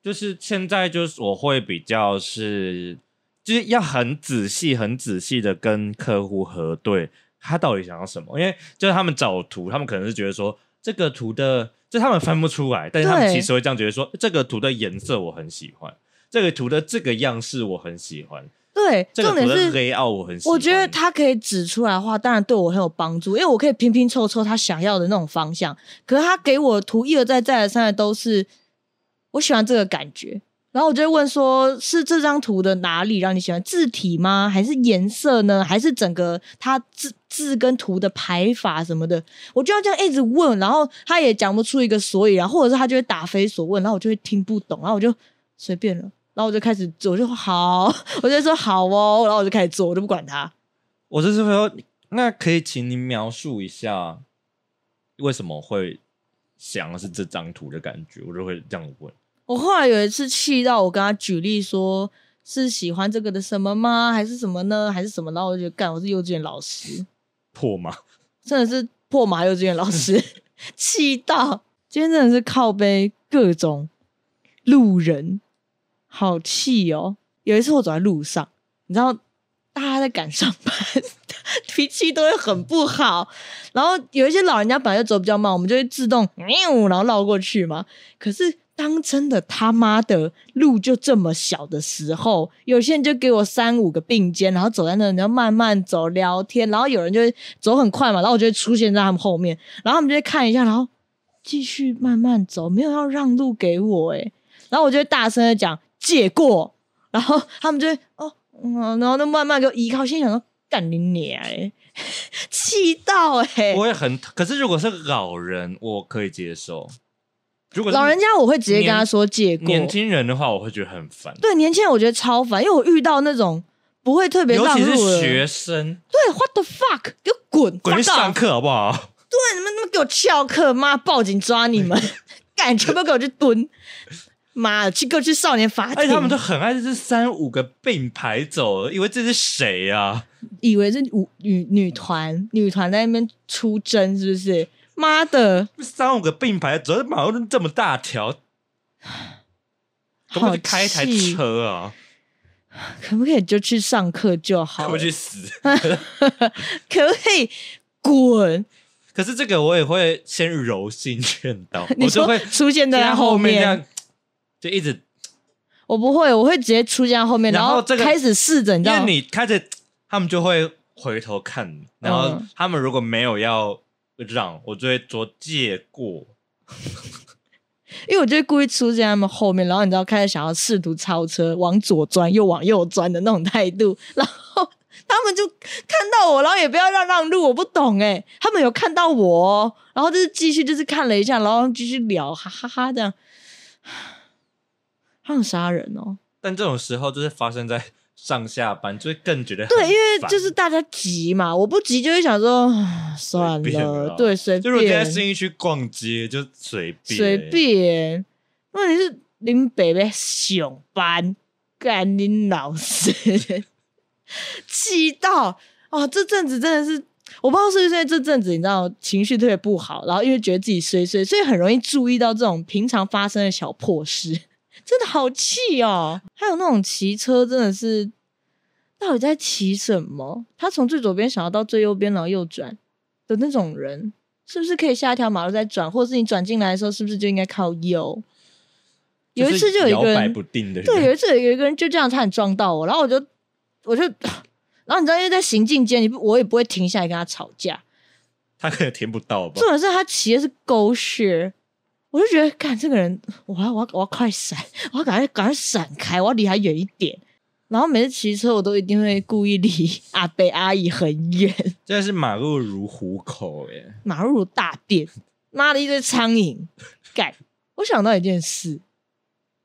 Speaker 2: 就是现在，就是我会比较是，就是要很仔细、很仔细的跟客户核对他到底想要什么，因为就是他们找图，他们可能是觉得说这个图的，就他们翻不出来，但是他们
Speaker 1: 对
Speaker 2: 其实会这样觉得说，这个图的颜色我很喜欢，这个图的这个样式我很喜欢，
Speaker 1: 对，
Speaker 2: 这个
Speaker 1: 重点
Speaker 2: 图的
Speaker 1: 是。
Speaker 2: 黑奥我很喜欢。
Speaker 1: 我觉得他可以指出来的话，当然对我很有帮助，因为我可以拼拼凑凑他想要的那种方向。可是他给我的图一而再再而三的都是我喜欢这个感觉，然后我就会问说，是这张图的哪里让你喜欢？字体吗？还是颜色呢？还是整个它字字跟图的排法什么的？我就要这样一直问，然后他也讲不出一个所以然，或者是他就会答非所问，然后我就会听不懂，然后我就随便了。然后我就开始，我就说好，我就说好哦，然后我就开始做，我就不管他。
Speaker 2: 我就是会说，那可以请您描述一下为什么会想的是这张图的感觉，我就会这样问。
Speaker 1: 我后来有一次气到，我跟他举例说是喜欢这个的什么吗？还是什么呢？还是什么？然后我就觉得干，我是幼稚园老师，
Speaker 2: 破吗？
Speaker 1: 真的是破马幼稚园老师， 气到今天真的是靠背各种路人，好气哦！有一次我走在路上，你知道大家在赶上班， 脾气都会很不好。然后有一些老人家本来就走比较慢，我们就会自动喵，然后绕过去嘛。可是当真的他妈的路就这么小的时候，有些人就给我三五个并肩，然后走在那，你要慢慢走聊天，然后有人就会走很快嘛，然后我就会出现在他们后面，然后他们就会看一下，然后继续慢慢走，没有要让路给我诶、然后我就会大声的讲借过，然后他们就会哦嗯，然后就慢慢给我依靠，心想说干你娘诶、 气到欸诶、
Speaker 2: 我也很，可是如果是老人，我可以接受。如果是
Speaker 1: 老人家我会直接跟他说借过，
Speaker 2: 年轻人的话，我会觉得很烦，
Speaker 1: 对年轻人，我觉得超烦，因为我遇到那种不会特别
Speaker 2: 尤
Speaker 1: 让
Speaker 2: 其
Speaker 1: 路
Speaker 2: 是
Speaker 1: 的，
Speaker 2: 学生，
Speaker 1: 对，what the fuck，给我滚，
Speaker 2: 滚去
Speaker 1: fuck off
Speaker 2: 上课好 不好？
Speaker 1: 对，你们他妈给我翘课，妈报警抓你们， 敢全部给我去蹲，妈的，去给我去少年法
Speaker 2: 而
Speaker 1: 庭，
Speaker 2: 哎且他们都很爱就是三五个并排走，以为这是谁啊呀？
Speaker 1: 以为是女女女团，女团在那边出征是不是？妈的，
Speaker 2: 三五个并排走，马路这么大条，可不
Speaker 1: 好
Speaker 2: 可以开一台
Speaker 1: 气，
Speaker 2: 车啊？
Speaker 1: 可不可以就去上课就好了？
Speaker 2: 可不去死？
Speaker 1: 可不可以滚？
Speaker 2: 可是这个我也会先柔性劝导，我
Speaker 1: 你
Speaker 2: 就
Speaker 1: 说
Speaker 2: 会
Speaker 1: 出现在
Speaker 2: 在
Speaker 1: 他
Speaker 2: 后
Speaker 1: 后
Speaker 2: 这
Speaker 1: 面，
Speaker 2: 样，就一直，
Speaker 1: 我不会，我会直接出现在后面，
Speaker 2: 然后
Speaker 1: 后
Speaker 2: 这个
Speaker 1: 开始试着，你知道
Speaker 2: 因为
Speaker 1: 吗？
Speaker 2: 你开始，他们就会回头看你，然后
Speaker 1: 嗯
Speaker 2: 他们如果没有要让，我就会说借过。
Speaker 1: 因为我就会故意出现在他们后面，然后你知道开始想要试图超车，往左钻又往右钻的那种态度，然后他们就看到我，然后也不要让让路，我不懂哎、他们有看到我哦，然后就是继续就是看了一下，然后继续聊，哈哈哈这样，他很杀人哦，
Speaker 2: 但这种时候就是发生在上下班，就会更觉得很
Speaker 1: 对，因为
Speaker 2: 烦
Speaker 1: 就是大家急嘛，我不急就会想说唉算
Speaker 2: 随便
Speaker 1: 了
Speaker 2: 啦，
Speaker 1: 对，随
Speaker 2: 就是我今天
Speaker 1: 便，
Speaker 2: 在新一区逛街，就随便
Speaker 1: 随便，问题是林北北上班，干林老师 气到哦，这阵子真的是。我不知道是不是因为这阵子你知道情绪特别不好，然后因为觉得自己衰衰，所以很容易注意到这种平常发生的小破事，真的好气哦！还有那种骑车真的是，到底在骑什么？他从最左边想要到最右边，然后右转的那种人，是不是可以下一条马路再转，或者是你转进来的时候，是不是就应该靠右？有一次就有一
Speaker 2: 摇
Speaker 1: 个
Speaker 2: 摆
Speaker 1: 人，
Speaker 2: 不定的人，
Speaker 1: 对，有一次有一个人就这样差点撞到我，然后我就我就，然后你知道，因为在行进间，你不我也不会停下来跟他吵架。
Speaker 2: 他可能填不到吧
Speaker 1: 重？点是他骑的是狗血，我就觉得，看这个人，我要我要我要快闪， 我要赶快赶快闪开，我要离他远一点。然后每次骑车，我都一定会故意离阿伯阿姨很远，
Speaker 2: 真的是马路如虎口哎耶！
Speaker 1: 马路大便，妈的一堆苍蝇。干，我想到一件事，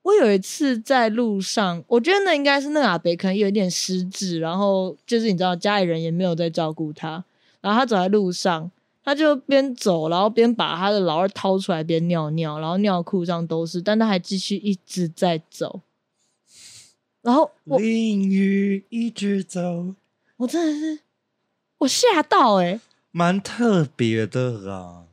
Speaker 1: 我有一次在路上，我觉得那应该是那个阿伯可能有一点失智，然后就是你知道家里人也没有在照顾他，然后他走在路上，他就边走然后边把他的老二掏出来边尿尿，然后尿裤上都是，但他还继续一直在走，然后我
Speaker 2: 淋雨一直走，
Speaker 1: 我真的是我吓到哎、
Speaker 2: 蛮特别的 啦。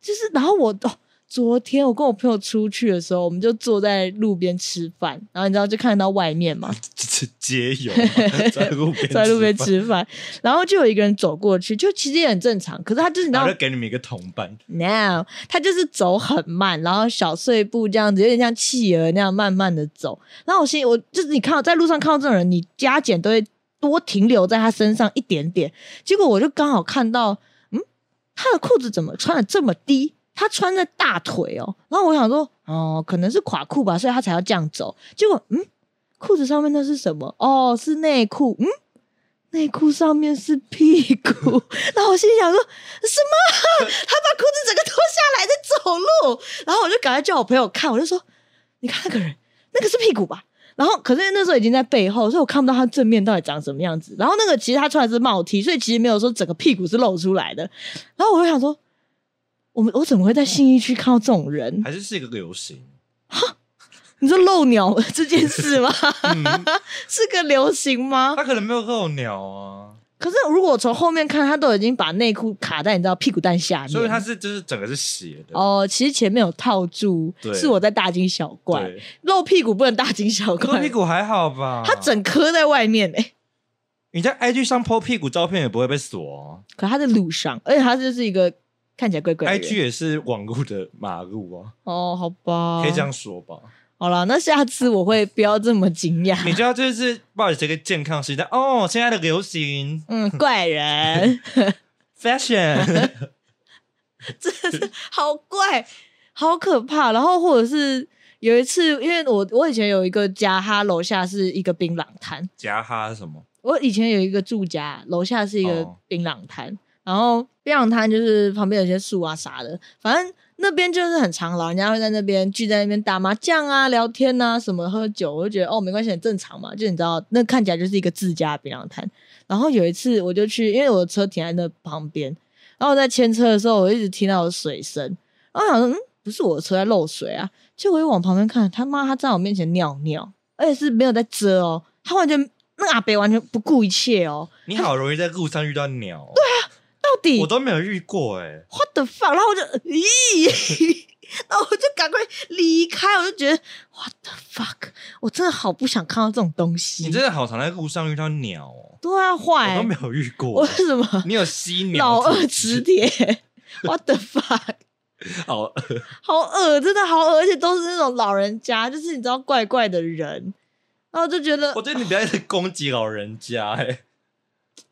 Speaker 1: 就是然后我哦，昨天我跟我朋友出去的时候，我们就坐在路边吃饭，然后你知道就看到外面 嘛，
Speaker 2: 啊这街友在路 边
Speaker 1: 在路边
Speaker 2: 饭，
Speaker 1: 吃饭，然后就有一个人走过去，就其实也很正常，可是他就是你知
Speaker 2: 然
Speaker 1: 道
Speaker 2: 后就给你们一个同伴，
Speaker 1: ，no，他就是走很慢，然后小碎步这样子，有点像企鹅那样慢慢的走。然后我心里，我就是你看到在路上看到这种人，你加减都会多停留在他身上一点点。结果我就刚好看到，嗯，他的裤子怎么穿的这么低？他穿在大腿哦。然后我想说，哦，可能是垮裤吧，所以他才要这样走。结果，嗯，裤子上面那是什么？哦，是内裤。嗯。内裤上面是屁股，然后我心里想说什么？他把裤子整个脱下来在走路，然后我就赶快叫我朋友看，我就说：“你看那个人，那个是屁股吧？”然后可是因为那时候已经在背后，所以我看不到他正面到底长什么样子。然后那个其实他穿的是帽 T，所以其实没有说整个屁股是露出来的。然后我就想说，我们我怎么会在信义区看到这种人？
Speaker 2: 还是是一个流行。
Speaker 1: 你说露鸟 这件事吗？
Speaker 2: 嗯，
Speaker 1: 是个流行吗？
Speaker 2: 他可能没有漏鸟啊，
Speaker 1: 可是如果我从后面看，他都已经把内裤卡在你知道屁股蛋下面，
Speaker 2: 所以他是就是整个是斜的。
Speaker 1: 哦，其实前面有套住，
Speaker 2: 对
Speaker 1: 是我在大惊小怪。
Speaker 2: 对，
Speaker 1: 露屁股不能大惊小
Speaker 2: 露
Speaker 1: 怪，
Speaker 2: 屁股啊还好吧？
Speaker 1: 他整颗在外面哎、
Speaker 2: 你在 IG 上 po 屁股照片也不会被锁、哦。
Speaker 1: 可他在路上，而且他就是一个看起来怪怪的
Speaker 2: IG
Speaker 1: 人。
Speaker 2: 也是网路的马路啊，
Speaker 1: 哦，好吧，
Speaker 2: 可以这样说吧？
Speaker 1: 好了，那下次我会不要这么惊
Speaker 2: 你
Speaker 1: 讶。
Speaker 2: 知道，就是抱着这个健康时代哦，现在的流行
Speaker 1: 嗯，怪人，
Speaker 2: fashion，
Speaker 1: 好怪，好可怕。然后或者是有一次，因为我我以前有一个家，他楼下是一个槟榔摊，
Speaker 2: 夹哈什么？
Speaker 1: 我以前有一个住家，楼下是一个
Speaker 2: 哦
Speaker 1: 槟榔摊，然后槟榔摊就是旁边有些树啊啥的，反正那边就是很常老人家会在那边聚在那边打麻将啊、聊天啊、什么喝酒，我就觉得哦没关系，很正常嘛。就你知道，那看起来就是一个自家槟榔摊。然后有一次我就去，因为我的车停在那旁边，然后我在牵车的时候，我一直听到有水声，然后我想说嗯，不是我的车在漏水啊，结果我一往旁边看，他妈他在我面前尿尿，而且是没有在遮哦，他完全那个阿北完全不顾一切哦，
Speaker 2: 你好容易在路上遇到鸟，对，
Speaker 1: 到底
Speaker 2: 我都没有遇过哎。
Speaker 1: what the fuck？然后我就咦， 然后我就赶快离开，我就觉得 what the fuck？我真的好不想看到这种东西
Speaker 2: 你。真的好常在路上遇到鸟哦，
Speaker 1: 对啊，坏、
Speaker 2: 我都没有遇过
Speaker 1: 为。什么
Speaker 2: 你有犀
Speaker 1: 老
Speaker 2: 鸟
Speaker 1: 二
Speaker 2: 吃
Speaker 1: 磁铁？what the fuck？
Speaker 2: 哦，
Speaker 1: 好恶，真的好恶，而且都是那种老人家，就是你知道怪怪的人，然后就觉得
Speaker 2: 我觉得你不要一直攻击老人家哎、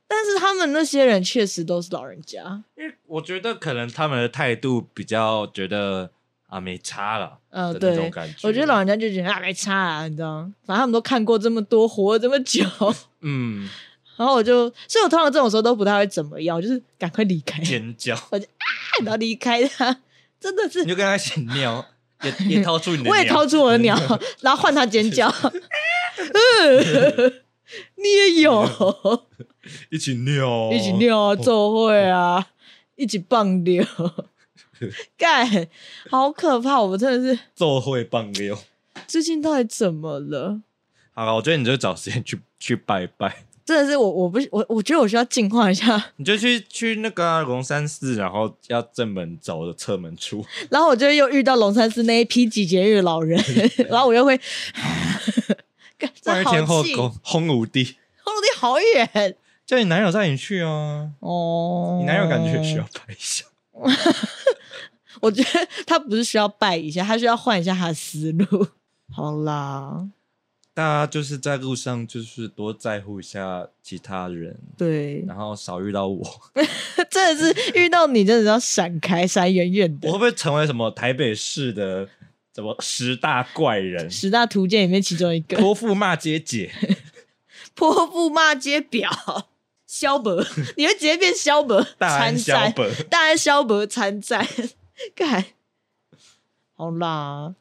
Speaker 1: 但是他们那些人确实都是老人家，
Speaker 2: 因为我觉得可能他们的态度比较觉得啊没差了
Speaker 1: 嗯、
Speaker 2: 的那种
Speaker 1: 对，
Speaker 2: 感觉。
Speaker 1: 我觉得老人家就觉得啊没差啊，你知道吗，反正他们都看过这么多，活了这么久，
Speaker 2: 嗯
Speaker 1: 然后我就，所以我通常这种时候都不太会怎么样，我就是赶快离 开，
Speaker 2: 尖叫，
Speaker 1: 然后离开他，真的是
Speaker 2: 你，就跟他一起尿， 也也掏出你的尿，
Speaker 1: 我也掏出我的鸟， 然后换他尖叫，嗯 你也有，
Speaker 2: 一起尿，哦
Speaker 1: 一起尿啊，奏会啊，一起棒溜，干，好可怕，我真的是
Speaker 2: 做会棒溜。
Speaker 1: 最近到底怎么了？
Speaker 2: 好了，我觉得你就找时间去去拜拜，
Speaker 1: 真的是我，我不是我，我觉得我需要净化一下。
Speaker 2: 你就去去那个啊龙山寺，然后要正门走的侧门出，
Speaker 1: 然后我就又遇到龙山寺那一批几节日老 人，然后我又会，干
Speaker 2: 不然
Speaker 1: 真
Speaker 2: 天
Speaker 1: 好
Speaker 2: 后
Speaker 1: 气，
Speaker 2: 宫轰五帝，
Speaker 1: 后路地好远
Speaker 2: 叫你男友带你去啊，哦
Speaker 1: 哦。
Speaker 2: 你男友感觉也需要？拜一下。
Speaker 1: 我觉得他不是需要拜一下，他需要换一下他的思路。 好啦，
Speaker 2: 大家就是在路上，就是多在乎一下其他人，
Speaker 1: 对，
Speaker 2: 然后少遇到我。
Speaker 1: 真的是遇到你真的是要闪开，闪远远
Speaker 2: 我会
Speaker 1: 的。
Speaker 2: 不会成为什么台北市的什么十大怪 人？
Speaker 1: 十大图鉴里面其中一个，
Speaker 2: 泼妇骂街姐，
Speaker 1: 泼妇骂街婊，萧伯， 你会直接变萧伯，
Speaker 2: 大安
Speaker 1: 参
Speaker 2: 小
Speaker 1: 战。
Speaker 2: 本，
Speaker 1: 大家萧伯参战， 干好啦，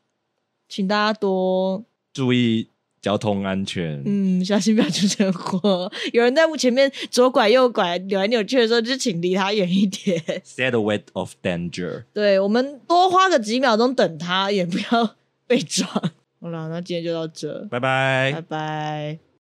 Speaker 1: 请大家多
Speaker 2: 注意交通安全。
Speaker 1: 嗯小心不要出车祸。有人在前面左拐右拐扭来扭去的时候，就请离他远一点。
Speaker 2: Stay away of danger。
Speaker 1: 对我们多花个几秒钟等他，也不要被撞。好啦，那今天就到这，
Speaker 2: 拜拜
Speaker 1: 拜。拜。